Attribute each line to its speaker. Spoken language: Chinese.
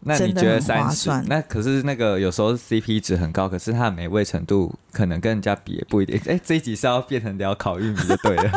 Speaker 1: 那你
Speaker 2: 真的
Speaker 1: 觉得
Speaker 2: 很划
Speaker 1: 三十
Speaker 2: 算？
Speaker 1: 那可是那个有时候 CP 值很高，可是它的美味程度可能跟人家比也不一定。哎、这一集是要变成聊烤玉米就对了。